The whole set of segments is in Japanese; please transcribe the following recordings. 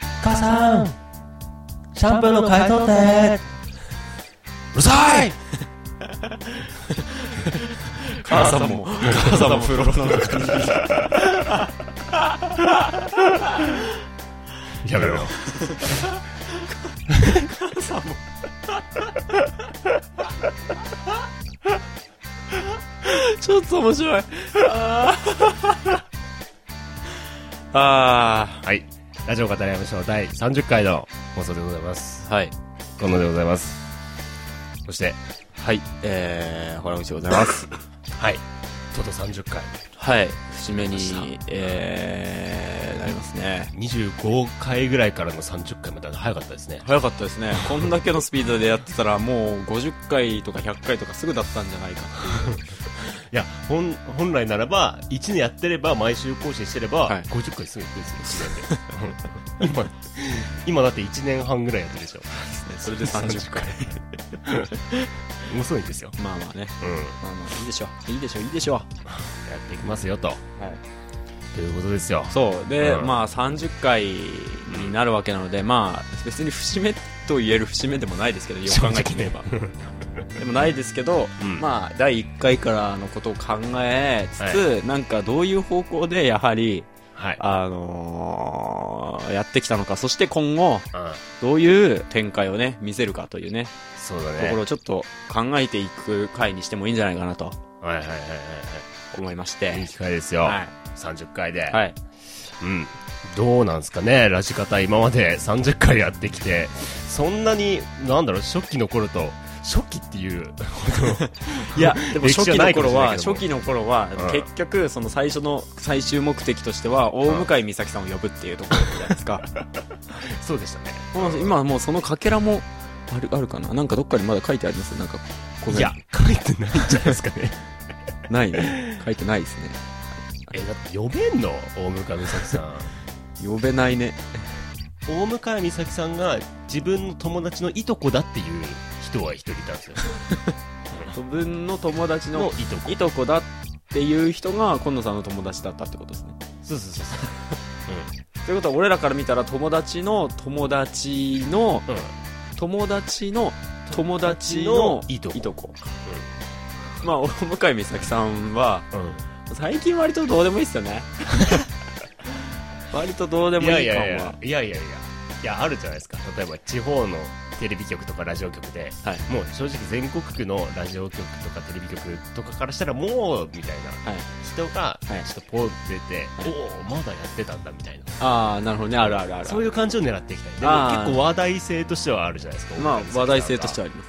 さんシャンプーの買い取ってうるさい母さんも母さんも風呂の中に やめろ。 ちょっと面白いあはい。ラジオ語り合いましょう第30回の放送でございます。ーはいこのでございます。そして、はいえー、原口でござい ますはい。とうとう30回。はい節目にえー、なりますね25回ぐらいからの30回まで早かったですね。早かったですねこんだけのスピードでやってたらもう50回とか100回とかすぐだったんじゃないかいや、本、本来ならば、1年やってれば、毎週更新してれば、はい50回すぐ行くんですよ、1年で。今、今だって1年半ぐらいやってるでしょ。それで30回 遅いんですよ。まあまあねうん。やまあまあいいでしょういいでしょういいでしょうっていきますよ、と。はいということですよ。そうで、うんまあ30回になるわけなので、まあ別に節目と言える節目でもないですけどよく考えてみればでもないですけど、うんまあ第1回からのことを考えつつ、なんかどういう方向でやはり はい。あのーやってきたのかそして今後うん。どういう展開をね見せるかというねそうだね。ところをちょっと考えていく回にしてもいいんじゃないかなとはいはいはいはい思いましはい。いいて機会ですよ。はい30回で。はいうん。どうなんですかね、ラジカタ今まで30回やってきて、そんなに、なんだろう、初期の頃と、初期っていう、 いや、でも歴史初じゃ期なのいかも頃しれなは、いけども初期の頃はうん、結局、その最初の、最終目的としては、大向井美咲さんを呼ぶっていうところじゃないですか。そうでしたね。もう今はもうそのかけらも、ある、あるかななんかどっかにまだ書いてありますなんか、これいや、書いてないんじゃないですか ね。ないね。書いてないですね。え、だって呼べんの大向美咲さん。呼べないね。大向美咲さんが自分の友達のいとこだっていう人は一人いたん ですよ。自分の友達のの、いとこ。いとこだっていう人が、今野さんの友達だったってことですね。そうそうそうそう。ということは、俺らから見たら、友達の友達の、うん。うん。友達の友達ののいとこまあ大向井美咲さんは最近割とどうでもいいっすよ ね割とどうでもいい感ははいやいやいやいやいやいやあるじゃないですか例えば地方のテレビ局とかラジオ局で、はいもう正直全国区のラジオ局とかテレビ局とかからしたらもうみたいなはい人がはいちょっとポーズ出て、はいおおまだやってたんだみたいな、ああなるほどねあるあるあるそういう感じを狙っていきたあーいでも結構話題性としてはあるじゃないですかまあ話題性としてははあり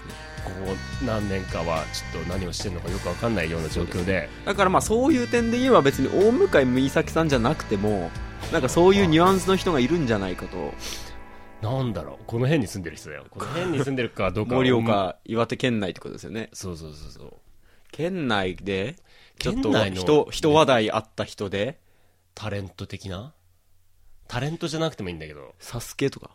ますねこう何年かはちょっと何をしてるのかよくわかんないような状況でだからまあそういう点で言えば別に大向井美咲さんじゃなくてもなんかそういうニュアンスの人がいるんじゃないかとなんだろうこの辺に住んでる人だよこの辺に住んでるかどうかは盛岡岩手県内ってことですよねそうそうそうそう県内でちょっ県内との人人話題あった人でタレント的なタレントじゃなくてもいいんだけど「サスケとか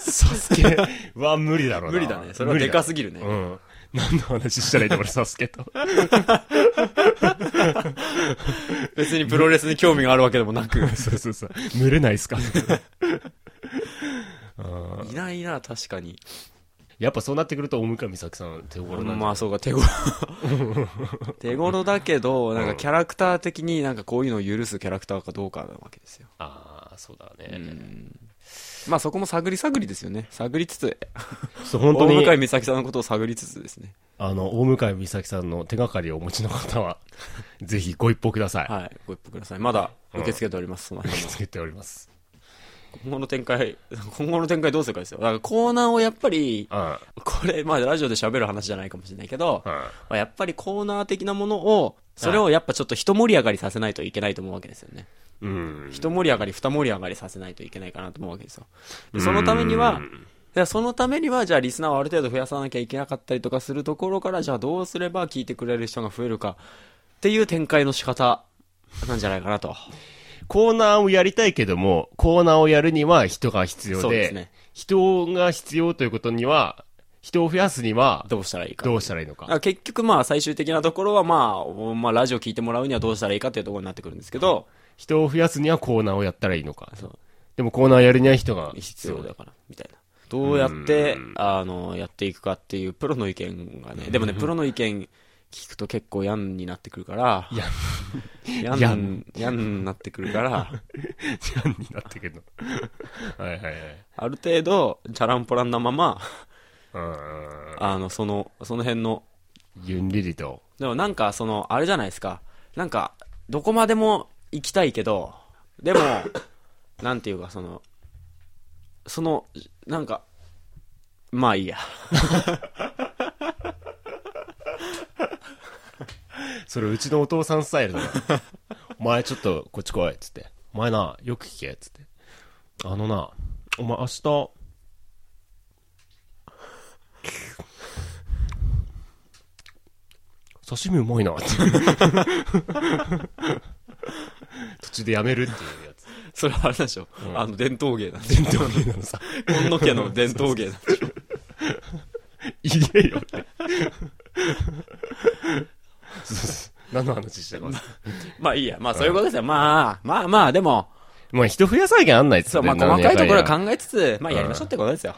サスケは無理だ ろうな無理だねそれはでかすぎるね無理だうん何の話したらいいんだ俺サス ケと別にプロレスに興味があるわけでもなくそうそうそう群れないっすか うんいないな確かにやっぱそうなってくると大向美咲さん手頃なんだまあそうか手 頃手頃だけどなんかキャラクター的になんかこういうのを許すキャラクターかどうかなわけですよ、ああそうだうねんまあそこも探り探りですよね探りつつそう本当大向井に美咲さんのことを探りつつですねあの大向美咲さんの手がかりをお持ちの 方はぜひご一報くださ いはいご一報くださいまだ受け付けております、その受辺けは付けております今後の展開 今後の展開どうするかですよだからコーナーをやっぱりうんうんこれまあラジオで喋る話じゃないかもしれないけど、まあやっぱりコーナー的なものを、それをやっぱちょっと一盛り上がりさせないといけないと思うわけですよね。うん一盛り上がり、二盛り上がりさせないといけないかなと思うわけですよ。でそのためにうはん、じゃあそのためには、じゃあリスナーをある程度増やさなきゃいけなかったりとかするところから、じゃあどうすれば聞いてくれる人が増えるかっていう展開の仕方なんじゃないかなと。コーナーをやりたいけども、コーナーをやるには人が必要そうで、ですね人が必要ということには、人を増やすには、どうしたらいいか。どうしたらいいのだかか。ら結局まあ最終的なところはまあ、おまあラジオ聞いてもらうにはどうしたらいいかっていうところになってくるんですけど、人を増やすにはコーナーをやったらいいのか。そうでもコーナーやりない人が必要だから、みたいな。どうやって、あの、やっていくかっていうプロの意見がね、でもね、プロの意見聞くと結構やんになってくるから、 やん、ややん、やんになってくるから、ちゃんになってくるの。はいはいはい。ある程度、チャランポランなまま、うん。あの、その、その辺の、ゆんりりと。でもなんか、その、あれじゃないですか。なんか、どこまでも行きたいけど、でも、なんていうか、その、その、なんか、まあいいや。それうちのお父さんスタイルだな。 お前ちょっとこっち来い、つって。お前な、よく聞け、つって。あのな、お前明日、刺身うまいな、って。途中でやめるっていうやつ。それはあれなんでしょ。あの、伝統芸なんで。伝統芸なのさ。今野家の伝統芸なんで。言えよって。 そうそう何の話してますまあいいや。まあそういうことですよ。まあ、まあまあ、でも、まあ人増やさなきゃあんないっつそっう、てまあなん細やかかいんやところは考えつつ、まあやりましょうってこと ですよ。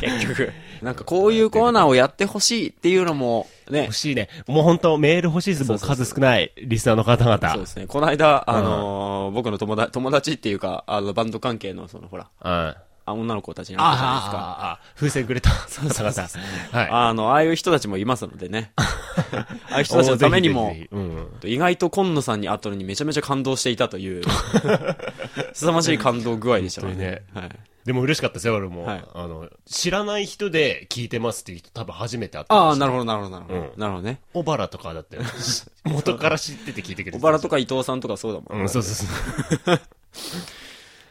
結局。なんかこういうコーナーをやってほしいっていうのも、ね欲。しいね。もう本当メール欲しいです。もう数少ないリスナーの方々。そうですね。この間、あのー僕の友達、友達っていうか、あの、バンド関係の、その、ほら、うん。ああ女の子たちに会ったじゃないですか。あ、風船くれた方々。はあの、ああいう人たちもいますので ね。ああいうい。人たちのためにもぜ、ひぜひうん。意外と今野さんに会ったのにめちゃめちゃ感動していたと いう、凄まじい感動具合でした本当にねはい。でも嬉しかったですよ、俺も。はいあの、知らない人で聞いてますっていう人多分初めて会った。ああ、なるほど、なるほど、なるほど。うなるほどね。小原とか だって、元から知ってて聞いてくれてた小原とか伊藤さんとかそうだもん。うん、そうそうそう。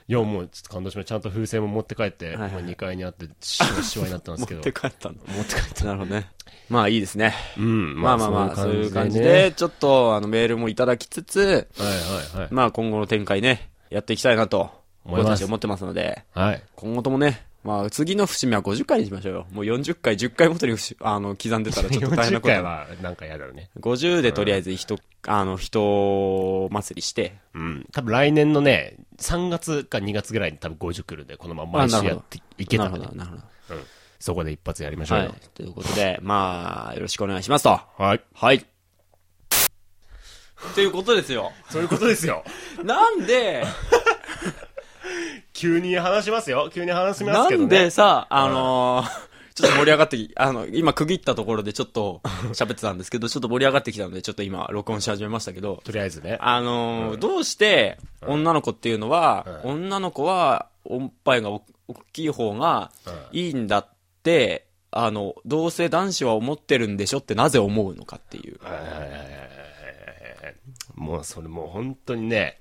いや、もう、ちょっと感動しました。ちゃんと風船も持って帰って、はいはいまあ2階にあって、シワシワになったんですけ持っど。て帰ったの。持って帰った。なるほどね。まあいいですね。うん、まあまあまあ、そういう感じねで、ちょっと、あの、メールもいただきつつ、はいはいはい。まあ今後の展開ね、やっていきたいなと、思います僕たち思ってますので、はい。今後ともね、まあ次の節目は50回にしましょうよ。もう40回、10回ごとに節あの刻んでたらちょっと大変な40こと回になる。は、なんか嫌だよね。 50でとりあえず人、あの、人祭りして、うん。多分来年のね、3月か2月ぐらいに多分50来るんで、このまま毎あ週なるやほっどていけたならるね、ほど、なるほうん。そこで一発やりましど。ょうはい。。よということで、まあ、よろしくお願いしますと。はい。はい。ということですよ。そういうことですよ。 なんで、急に話しますよ。急に話し まなすけどんね。でさ、あのーちょっと盛り上がってき、あの、今区切ったところでちょっと喋ってたんですけど、ちょっと盛り上がってきたので、ちょっと今録音し始めましたけど、とりあえずね。 あのーどうして女の子っていうのは、うん女の子はおっぱいがお大きい方がういいんだって、あの、どうせ男子は思ってるんでしょってなぜ思うのかっていう。えーもうそれもう本当にね、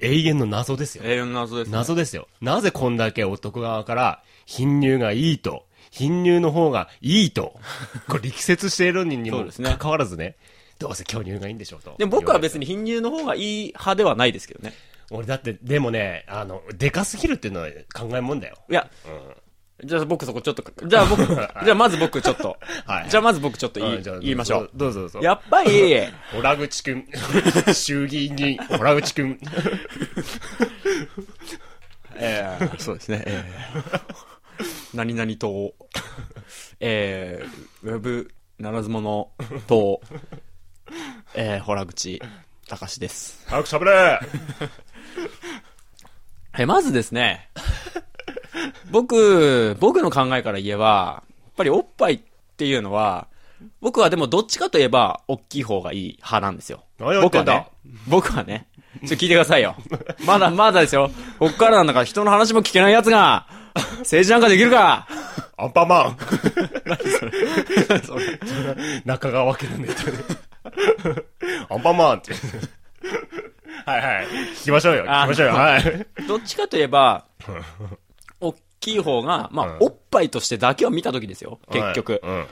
永遠の謎ですよ。永遠の謎ですね、謎ですよ。なぜこんだけ男側から貧乳がいいと、貧乳の方がいい と、これ力説しているにそうもですね関わらずね、どうせ巨乳がいいんでしょうと。でも僕は別にに。貧乳の方がいい派ではないですけどね。俺だって、でもね、あの、でかすぎるっていうのは考えもんだよ。いや、じゃあ僕そこちょっ と、じゃあ僕、じゃあまず僕ちょっ と、はいじゃあまず僕ちょっとう言んいじゃあ言いましょう。どうぞどうぞ。やっぱり、らぐち くん。衆議院議員、ほらぐちくん。えー そうですね、えー何々党、えー、ウェブならず者党、えー、洞口隆です。早く喋れえーまずですね、僕、僕の考えから言えば、やっぱりおっぱいっていうのは、僕はでもどっちかといえば、大きい方がいい派なんですよ。何を言ってんだ僕はね、僕はね、ちょっと聞いてくださいよ。まだまだですよ。こっからなんだから人の話も聞けない奴が、政治なんかできるかアンパンマンそれ中川家のネタで。アンパンマンって。はいはい。聞きましょうよ。聞きましょうよ。はい。どっちかといえ ば、大きい方が、まあ、うんおっぱいとしてだけを見た時ですよ、結局。うん。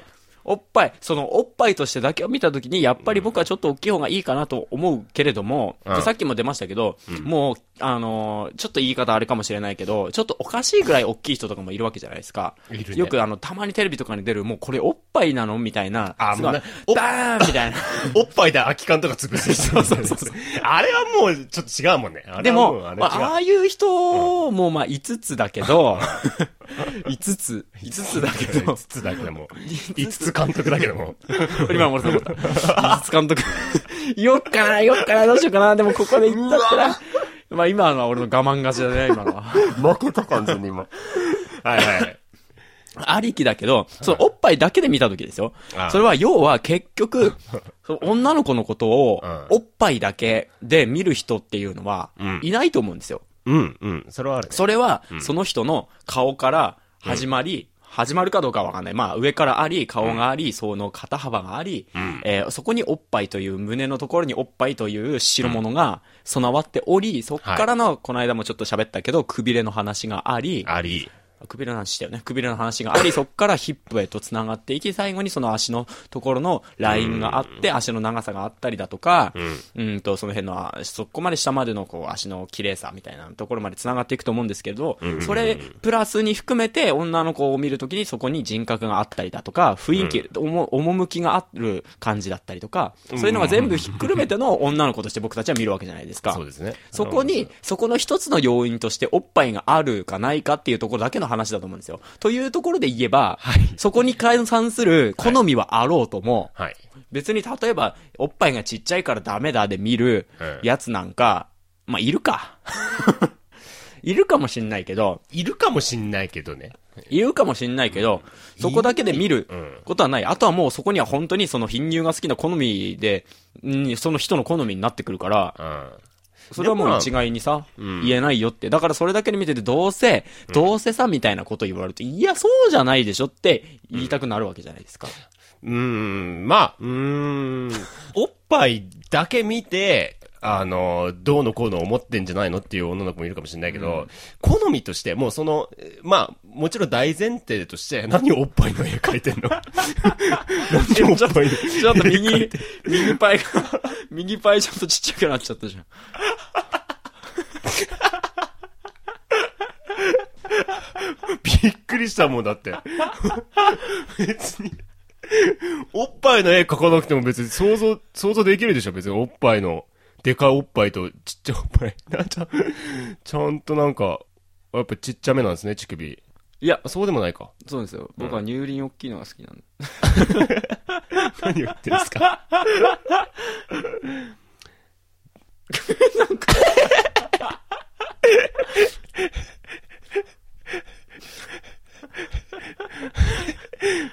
おっぱい、そのおっぱいとしてだけを見たときに、やっぱり僕はちょっと大きい方がいいかなと思うけれども、うんでさっきも出ましたけど、もう、あのーちょっと言い方あれかもしれないけど、ちょっとおかしいぐらい大きい人とかもいるわけじゃないですか。いるねよくあの、たまにテレビとかに出る、もうこれおっぱいなのみたいな。あもうねすごいバーンみたいな。おっぱいで空き缶とか潰してそうそうそう。あれはもうちょっと違うもんね。 あれではも、うあれまあ、ああいう人もまあ5つだけ ど、5つ、5つだけ違う。ど5、つだけども。5つ監督だけども。 今俺そう思った。技術監督。 よっかな、よっかな、どうしようかな。でもここで言ったったら。まあ今のは俺の我慢勝ちだね、今のは。負けた感じに今。はいはい。 ありきだけど、そのおっぱいだけで見たときですよああ。それは要は結局、 その女の子のことをうん、おっぱいだけで見る人っていうのはん、いないと思うんですよ。うん、うん。それはあるね。それは、その人の顔から始まり、始まるかどうかはわかんない。まあ、上からあり、顔があり、その肩幅があり、えーそこにおっぱいという、胸のところにおっぱいという代物が備わっており、そこからの、この間もちょっと喋ったけど、くびれの話があり、あり。くびれの話したよね。くびれの話があり、 そこからヒップへと繋がっていき、最後にその足のところのラインがあって、足の長さがあったりだとか、うん、と、その辺の、あそこまで下までのこう足の綺麗さみたいなところまで繋がっていくと思うんですけど、それ、プラスに含めて女の子を見るときにそこに人格があったりだとか、雰囲気、おも趣がある感じだったりとか、そういうのが全部ひっくるめての女の子として僕たちは見るわけじゃないですか。そうですね。そこに、そこの一つの要因として、おっぱいがあるかないかっていうところだけの話だと思うんですよ。というところで言えば、そこに換算する好みはあろうとも、はい。別に例えば、おっぱいがちっちゃいからダメだで見るうんやつなんか、まあ、いるか。 いるかもしんないけど、いるかもしんないけどね。いるかもしんないけど、そこだけで見ることはない。あとはもうそこには本当にその貧乳が好きな好みで、うんその人の好みになってくるから、うん。それはもう一概にさ、言えないよって。だからそれだけで見てて、どうせ、どうせさ、みたいなこと言われると、いや、そうじゃないでしょって言いたくなるわけじゃないですか。うーん、まあ、うーん、おっぱいだけ見て、あの、どうのこうの思ってんじゃないのっていう女の子もいるかもしれないけど、好みとして、もうその、えまあ、もちろん大前提として、何をおっぱいの絵描いてんの 何をおっぱいのちょっと右、右パイが、 右パイちょっとちっちゃくなっちゃったじゃん。びっくりしたもんだって。別に、おっぱいの絵描かなくても別に想像、想像できるでしょ別におっぱいの、でかいおっぱいとちっちゃいおっぱい。なんちゃ、ちゃんとなんか、やっぱちっちゃめなんですね、乳首。いやあ、そうでもないか。そうですよ。僕は乳輪大きいのが好きなんで。何を言ってるんですか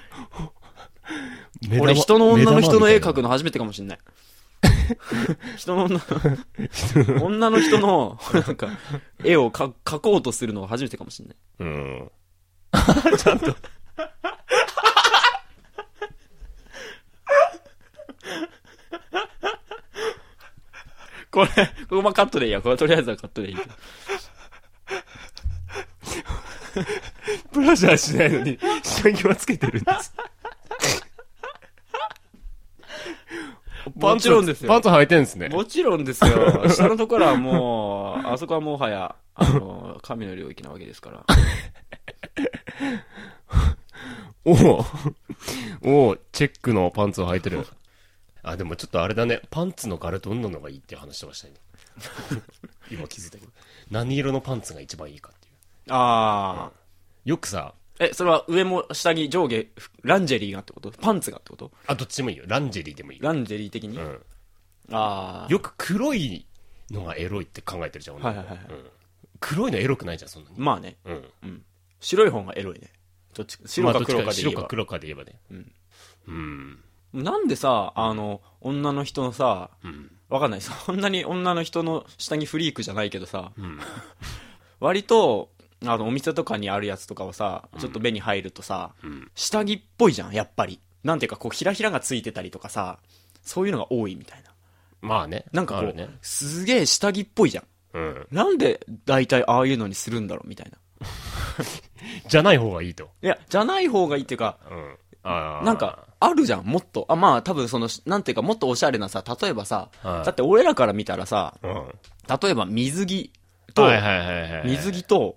なんか。俺、人の女の人の絵描くの初めてかもしんない。 人の女、女の人の、なんか、絵をか描こうとするのが初めてかもしんない。うん。これ、これまあカットでいいや。これとりあえずはカットでいいけど。ブラジャーしないのに、下着はつけてるんです。もちろんですよパンツ履いてるんですね。もちろんですよ。 下のところはもう、あそこはもはや、あの、神の領域なわけですから。おおおうチェックのパンツを履いてる。あ、でもちょっとあれだね。パンツの柄どんなのがいいって話して ましたね。今気づいたけど。何色のパンツが一番いいかっていう。ああ。よくさ、え、それは上も下着、上下、ランジェリーがってことパンツがってことあ、どっちでもいいよ。ランジェリーでもいいよ。ランジェリー的に、んああ。よく黒いのがエロいって考えてるじゃん、はいはいはいはいうん黒いのエロくないじゃん、そんなに。まあね。うん。白い方がエロいね。どっち白か黒まかあどでっち言え白ばか黒かで言えばね。うん。うん。なんでさ、あの、女の人のさ、わかんない。 そんなに女の人の下にフリークじゃないけどさ、 割と、あの、お店とかにあるやつとかはさ、ちょっと目に入るとさ、下着っぽいじゃん、やっぱり。なんていうか、こう、ひらひらがついてたりとかさ、そういうのが多いみたいな。まあね。なんかあこるう、ね。すげえ下着っぽいじゃん。うん。なんで、大体ああいうのにするんだろう、みたいな。じゃない方がいいと。いや、じゃない方がいいっていうか、うん。あーなんか、あるじゃん、もっと。あ、まあ、多分その、なんていうか、もっとおしゃれなさ、例えばさ、はいだって俺らから見たらさ、うん。例えば水着と、はいはいはいはい。水着と、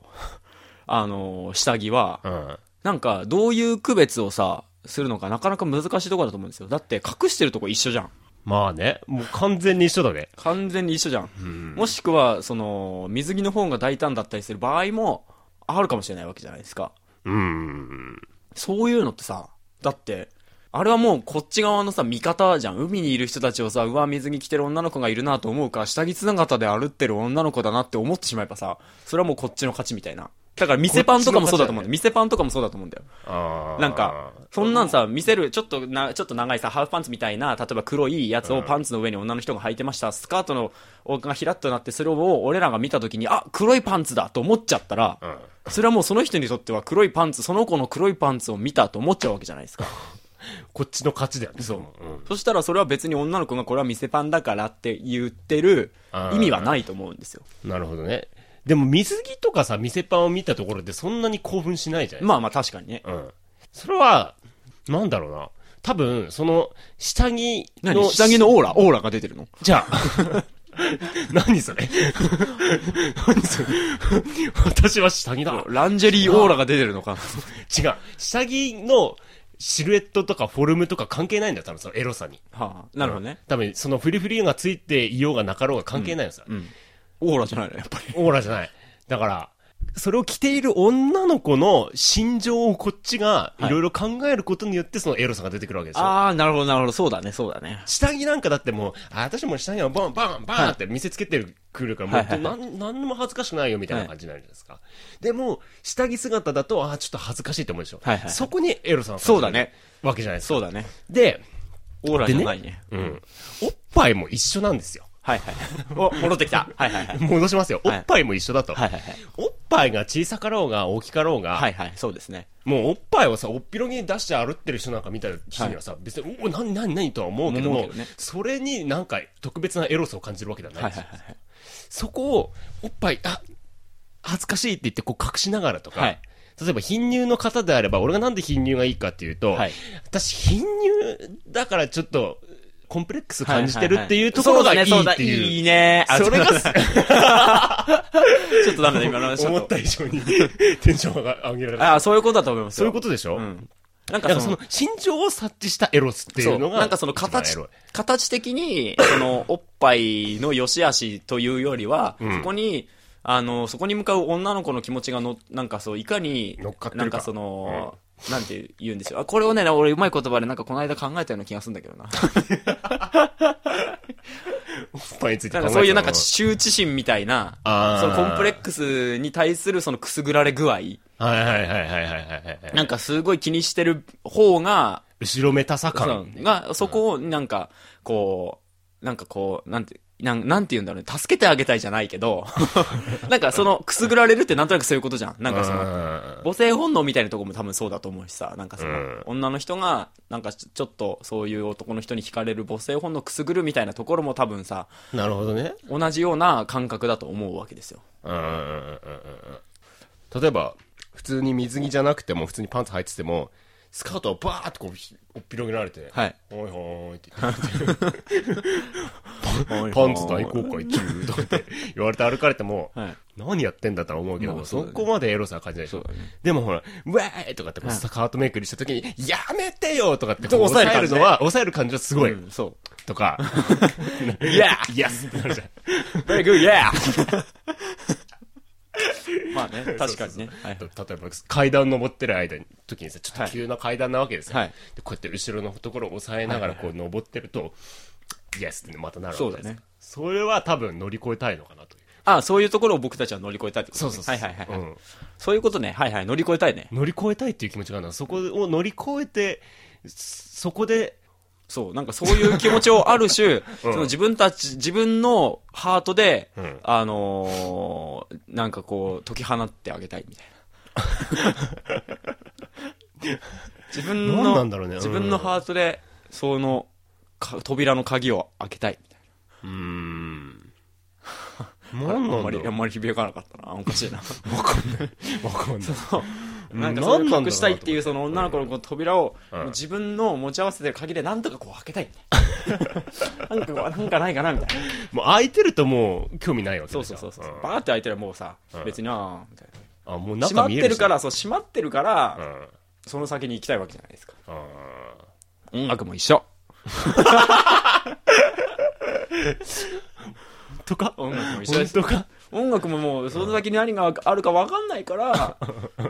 あのー下着は、うん。なんか、どういう区別をさ、するのか、なかなか難しいところだと思うんですよ。だって、隠してるとこ一緒じゃん。まあね、もう完全に一緒だね。完全に一緒じゃん。うん。もしくは、その、水着の方が大胆だったりする場合も、あるかもしれないわけじゃないですか。うん。そういうのってさ、だって、あれはもうこっち側のさ、味方じゃん。海にいる人たちをさ、うわ、水着着てる女の子がいるなと思うか、下着姿で歩ってる女の子だなって思ってしまえばさ、それはもうこっちの勝ちみたいな。だから、店パンとかもそうだと思うんだよ。店パンとかもそうだと思うんだよ。あーなんか、そんなんさ、見せる、ちょっとな、ちょっと長いさ、ハーフパンツみたいな、例えば黒いやつをパンツの上に女の人が履いてました。スカートの、がひらっとなって、それを俺らが見た時に、あ、黒いパンツだと思っちゃったら、うん。それはもうその人にとっては黒いパンツ、その子の黒いパンツを見たと思っちゃうわけじゃないですか。こっちの勝ちだよね。そううん。そしたらそれは別に女の子がこれは店パンだからって言ってる意味はないと思うんですよ。なるほどね。でも水着とかさ、店パンを見たところでそんなに興奮しないじゃないまあまあ確かにね。うん。それは、なんだろうな。多分、その、下着何の、下着のオーラ、オーラが出てるのじゃあ、 何それ何それ私は下着だ。ランジェリーオーラが出てるのかな。違う。下着のシルエットとかフォルムとか関係ないんだよ、多分そのエロさに。はあ、なるほどね。多分そのフリフリがついていようがなかろうが関係ないのさ。うん。オーラじゃないの、やっぱり。オーラじゃない。だから、それを着ている女の子の心情をこっちがいろいろ考えることによってそのエロさが出てくるわけでしょ。ああ、なるほど、なるほど。そうだね、そうだね。下着なんかだってもう、あ、私もう下着はバンバンバンって見せつけてる、くるから、もはいはういなん、なんにも恥ずかしくないよみたいな感じになるじゃないですか。でも、下着姿だと、あ、ちょっと恥ずかしいと思うでしょ。はいはいはいそこにエロさんそうだね。わけじゃないですか。そうだね。で、オーラじゃないね。うん。おっぱいも一緒なんですよ。はいはい。お、 戻ってきた。はいはいはい。戻しますよ。おはいっぱいも一緒だと。はいはいはい。おっぱいが小さかろうが大きかろうが、はいはい、そうですね。もうおっぱいをさ、おっぴろげに出して歩ってる人なんか見た人にはさ、別に、おお、なになになにとは思うけども、思うけどねそれになんか特別なエロさを感じるわけではないはいですはよいはい。そこを、おっぱい、あ、恥ずかしいって言ってこう隠しながらとか、はい例えば貧乳の方であれば、俺がなんで貧乳がいいかっていうと、はい私貧乳だからちょっと、コンプレックス感じてるっていうとこそろうがだいいねそってうだねいいう。いね。あそれが、ちょっとダメだ、今の話。ちょ思とった以上に テンションが上げられた。ああ、そういうことだと思いますそうよ。いうことでしょ、うん。なんなんかかそそのの、、心情を察知したエロスっていうのそうが、なんかその形一番エロい、形的に、その、おっぱいの良し悪しというよりは、うんそこに、あの、そこに向かう女の子の気持ちがの、なんかそう、いかに、乗っかってるかなんかその、なんて言うんでしょう。あ、これをね、俺うまい言葉でなんかこの間考えたような気がするんだけど な。おっぱいにつなんいて考えてかたそういうなんか羞恥心みたいな、あーそのコンプレックスに対するそのくすぐられ具合、はいはいはいはいはいはいはい。なんかすごい気にしてる方が、後ろめたさ感。そうが、そこを、なんか、こう、なんかこう、なんて、なんなんて言うんだろうね。助けてあげたいじゃないけ ど、なんかその、くすぐられるってなんとなくそういうことじゃん。なんかその、の、母性本能みたいなとこも多分そうだと思うしさ、なんかその、うん女の人が、なんかちょちょっとそういう男の人に惹かれる母性本能くすぐるみたいなところも多分さ、なるほどね。同じような感覚だと思うわけですよ。うんうんうんうんうん例えば、普通に水着じゃなくても、普通にパンツ履いてても、スカートをバーってこうひ、おっぴろげられて、はい。おいほーいって言って、パ パンツ大公開中とかって言われて歩かれても、はい。何やってんだとは思うけど、まあそそうだねこまでエロさは感じないでしそょうだね。でもほら、ウェーイとかってこうはいスカートメイクにした時に、やめてよとかってこうちょっと抑抑ええる感るじねのは、抑える感じはすごい。うん、そ とか、 う。Yeah! イエスってなるじゃん。 Very good, yeah! まあね、確かにね。はい例えば階段登ってる間に時にさちょっはいと急な階段なわけですよ、はいでこうやって後ろのところを押さえながらこう登ってると、イエスってまたなるわけでそすうだねそれは多分乗り越えたいのかなというあそういうところを僕たちは乗り越えたいってことねはいはいはい、はいうんそういうことね。はいはい。乗り越えたいね。乗り越えたいっていう気持ちがあるなそこを乗り越えてそこでそう。なんかそういう気持ちをある 種、その自分たち、自分のハートで、んあのーなんかこう、解き放ってあげたいみたいな。自分の、何なんだろうねうん自分のハートで、その、か扉の鍵を開けたいみたいうーん な。何あなんんまだり、あろんまり響かなかったな。おかしいな。うわかんないわかんないなんかそれ何なんだろうをな隠したいっていうその女の子のこう扉をうんもう自分の持ち合わせてる限りでなんとかこう開けたい なんかこうなんかないかなみたいなもう空いてるともう興味ないわけそうですそうよそうそう、んバーって開いたらもうさ、うん別にああみたいなあ、も閉うま中っ見てえるるしからそう閉まってるから、うん。うんその先に行きたいわけじゃないですか音楽も一緒とか音楽も一緒で本す当か音楽ももうその先に何があるか分かんないから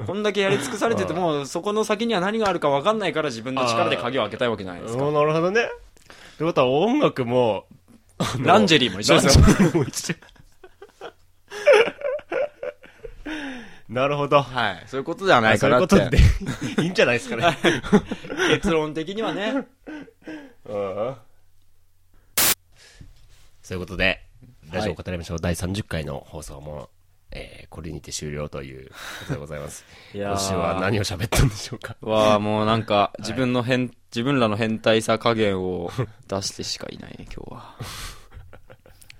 こんだけやり尽くされててもそこの先には何があるか分かんないから自分の力で鍵を開けたいわけじゃないですおかなるほどね。ってことは音楽も、あのランジェリーも一緒ですよランジェリーも一緒。なるほど。はいそういうことじゃないそかういらうこっとてでいいんじゃないですかね。結論的にはねうんそういうことで、ラジオ語りましょう、第30回の放送も、えーこれにて終了ということでございます。い今週は何を喋ったんでしょうか。わあもうなんか自分の変、自分らの変態さ加減を 出してしかいないね今日は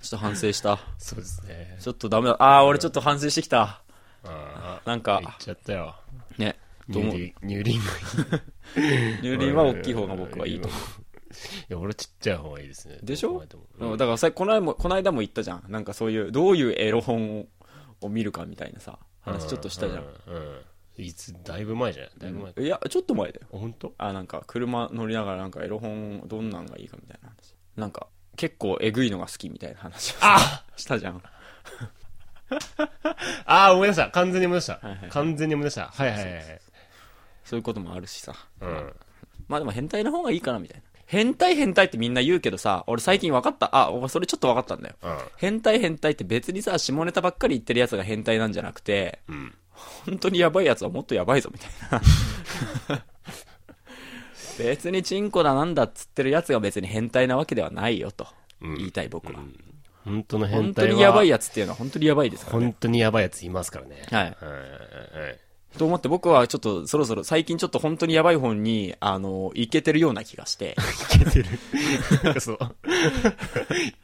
ちょっと反省したそうですね。ちょっとダメだああ俺ちょっと反省してきたあなんあ、言っかちゃったよ。ねどうも乳輪、乳輪がいい。乳輪は大きい方が僕はいいと思いや、俺ちっちゃい方がいいですね。でしょどう考えてう、もうんだからさこの間もこの間も言ったじゃんなんかそういうどういうエロ本をを見るかみたいなさ話ちょっとしたじゃん、うん。うんいつ、だいぶ前じゃないだいぶ前。あ、いやちょっと前だよほんとあなんか車乗りながらなんかエロ本どんなんがいいかみたいな話なんか結構えぐいのが好きみたいな話をさあしたじゃんあー、思い出した。完全に思い出したいはいは。い完全に思い出した。はいはいはい。そういうこともあるしさうん。まあでも変態の方がいいかなみたいな変態変態ってみんな言うけどさ俺最近分かったあ俺それちょっと分かったんだよ変態変態って別にさ下ネタばっかり言ってるやつが変態なんじゃなくてうん。うん。本当にやばいやつはもっとやばいぞみたいな 別にチンコだなんだっつってるやつが別に変態なわけではないよとうん言いたい僕は、本当の本変当態は。にやばいやつっていうのは本当にやばいですからね本当にやばいやついますからね。はいうんうんうんと思って僕はちょっとそろそろ最近ちょっと本当にやばい方にあのいけてるような気がしていけてる。 なんかそう。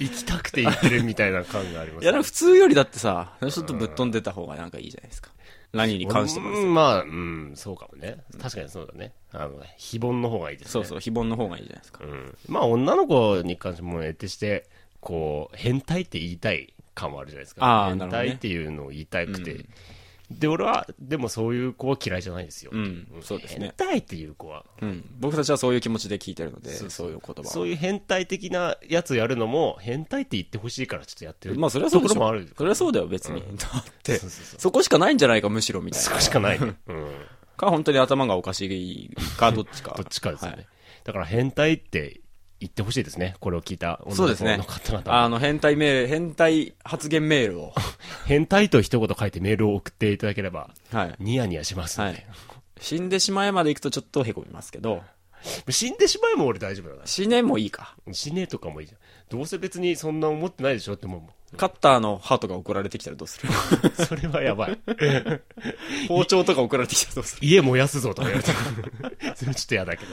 行きたくて行ってるみたいな感がありま す。いや、でも普通よりだってさ、ちょっとぶっ飛んでた方がなんかいいじゃないですか。何に関してもですうよんまあ、うん、そうかもね。確かにそうだね。あの、非凡の方がいいですね。そうそう、非凡の方がいいじゃないですか。うん。まあ、女の子に関しても、えてして、こう、変態って言いたい感もあるじゃないですか。あーなる変ほどね態っていうのを言いたくて。で、俺は、でもそういう子は嫌いじゃないですよ。うんそうですね変態っていう子は。うん。僕たちはそういう気持ちで聞いてるので、そそううそういう言葉そういう変態的なやつやるのも、変態って言ってほしいからちょっとやってる。まあ、それはそうでしところもあるょ。。それはそうだよ、別に。だって、そうそうそうそこしかないんじゃないか、むしろ、みたいそな。こしかないね。うん。か、本当に頭がおかしいか、どっちか。 どっちかですよね。はいだから変態って言ってほしいですね。これを聞いたそう女のです子ねの方々。。あの、変態メール、変態発言メール を。変態と一言書いてメールを送っていただければ、はい。ニヤニヤします、ねはい。死んでしまえまで行くとちょっと凹みますけど、死んでしまえば俺大丈夫だな。死ねもいいか。死ねえとかもいいじゃん。どうせ別にそんな思ってないでしょっても カッターの歯とか送られてきたらどうするう、それはやばい。 包丁とか送られてきたらどうする家燃やすぞとか言われて それちょっと嫌だけど。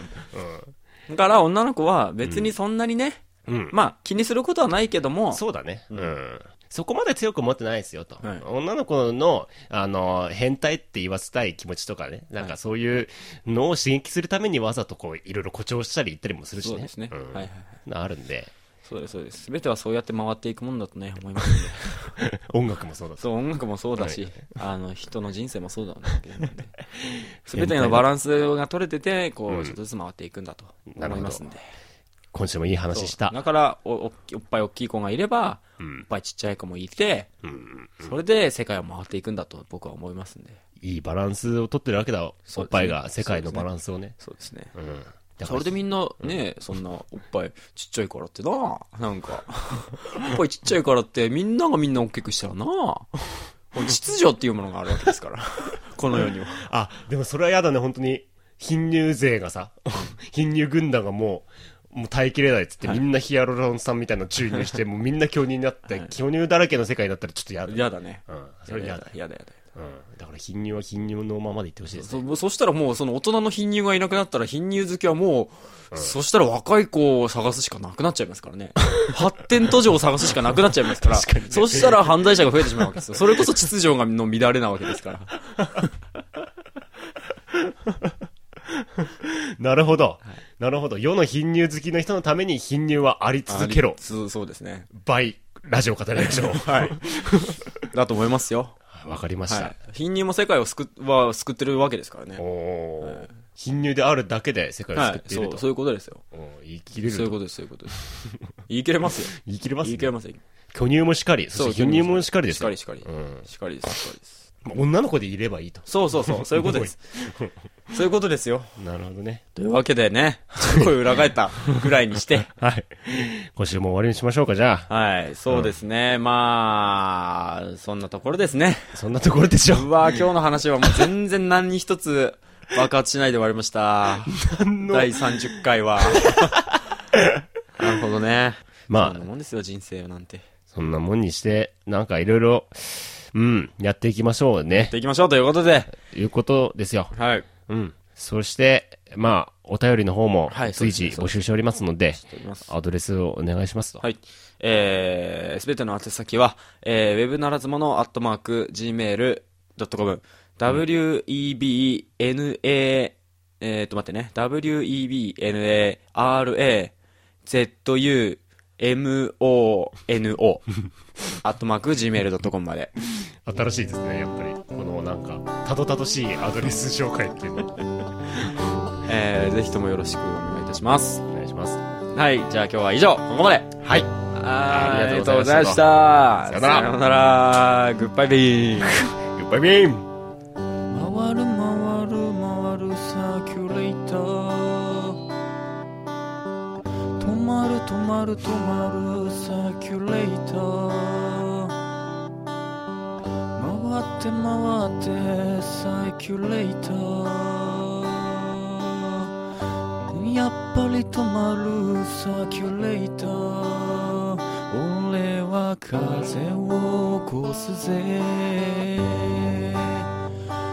だから女の子は別にそんなにね、うん。うん。まあ気にすることはないけども、そうだね。うん。そこまで強く思ってないですよと。はい女の子の、あの、変態って言わせたい気持ちとかね。なんかそういうのを刺激するためにわざとこう、いろいろ誇張したり言ったりもするしね。そうですねんはいはいあるんで。そうです、そうです。すべてはそうやって回っていくもんだとね、思いますん で。音楽もそうだと。そう、音楽もそうだしは、あの、人の人生もそうだ なっていうので。すべてのバランスが取れてて、こう、ちょっとずつ回っていくんだとな思るいほどますんで。今週もいい話した。だからお、おっきおっぱい大きい子がいれば、うんおっぱいちっちゃい子もいて、うん。それで世界を回っていくんだと僕は思いますんで。いいバランスを取ってるわけだわ。そおうですねっぱいが世界のバランスをね。そうですね。うん。だかそられでみんなね、そんなおっぱいちっちゃいからってな、なんか、 おっぱいちっちゃいからってみんながみんな大きくしたらな、こう秩序っていうものがあるわけですから、 この世には。あ、でもそれは嫌だね、本当に。貧乳勢がさ、 貧乳軍団がもう、もう耐えきれないっつって、みんなヒアルロン酸みたいなの注 入して、もうみんな巨乳になって、巨乳だらけの世界になったらちょっと嫌だ。嫌だね。うん、それは嫌だ。嫌だ、嫌だ。うん。だから貧乳は貧乳のままでいってほしいですね。そそしたらもうその大人の貧乳がいなくなったら貧乳好きはもう、そしたら若い子を探すしかなくなっちゃいますからね。発展途上を探すしかなくなっちゃいますから。 そしたら犯罪者が増えてしまうわけですよ。それこそ秩序がの乱れなわけですから。なるほど。なるほど。世の貧乳好きの人のために貧乳はあり続けあろり。つそうですね。倍、ラジオ語りましょう。 はい。だと思いますよ。わかりましはた。い。貧乳も世界を救っは救ってるわけですからね。おー貧乳であるだけで世界をは救っい。ていそるう、と。そういうことですよ。おー言い切れるそういうと。ことです、そういうことです。言い切れますよ。言い切れます言いね切れますよ。巨乳もしかり、そして貧乳もしかりですしかよ。りしかり。しかりです、しかりです。まあ女の子でいればいいと。そうそうそう、そういうことです。そういうことですよ。なるほどね。というわけでね、声裏返ったぐらいにして。はい。今週も終わりにしましょうか、じゃあ。はい、そうですね。まあ、そんなところですね。そんなところでしょう。うわ今日の話はもう全然何一つ爆発しないで終わりました。第30回は。なるほどね。まあそんなもんですよ、人生なんて。やそんなもんにして、なんかいろいろ、うん、やっていきましょうねっ。ていきましょうということで。いうことですよ。はい。うん。そして、まあ、お便りの方もはい随時そうですね募集しておりますので、ておりますアドレスをお願いしますと。はい。えー、すべての宛先は、えー、web ならずもの、アットマーク、gmail.com、webna、えー、っと、待ってね、webenara,zu,mono、ア ットマーク、gmail.com まで。新しいですね、やっぱり。このなんか、たどたどしいアドレス紹介っていうの。えー、ぜひともよろしくお願いいたします。お願いします。はい、じゃあ今日は以上、ここまではい。ありがとうございましたありがとうございました。さよならさよなら、グッバイビー。グッバイビーム回る回る回るサーキュレーター止まる止まる止まるサーキュレーター回って回ってサーキュレーターやっぱり止まるサーキュレーター俺は風を起こすぜ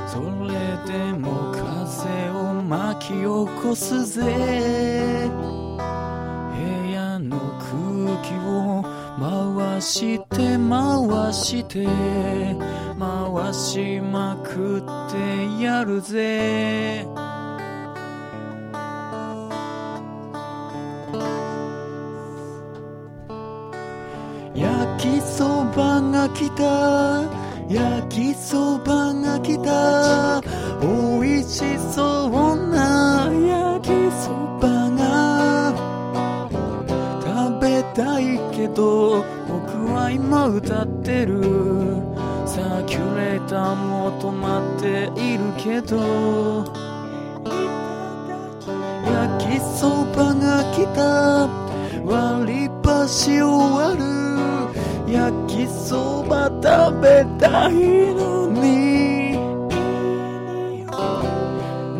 それでも風を巻き起こすぜ部屋の空気を回して回して回しまくってやるぜ焼きそばが来た焼きそばが来た美味しそうな焼きそばが食べたいけど僕は今歌ってるサーキュレーターも止まっているけど焼きそばが来た割り箸を割る焼きそば食べたいのにう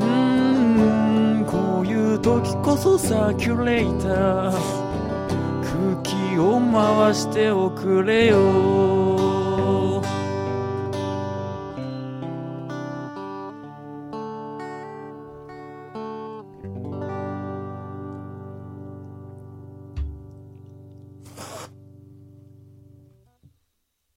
ーんこういう時こそサーキュレーター空気を回しておくれよ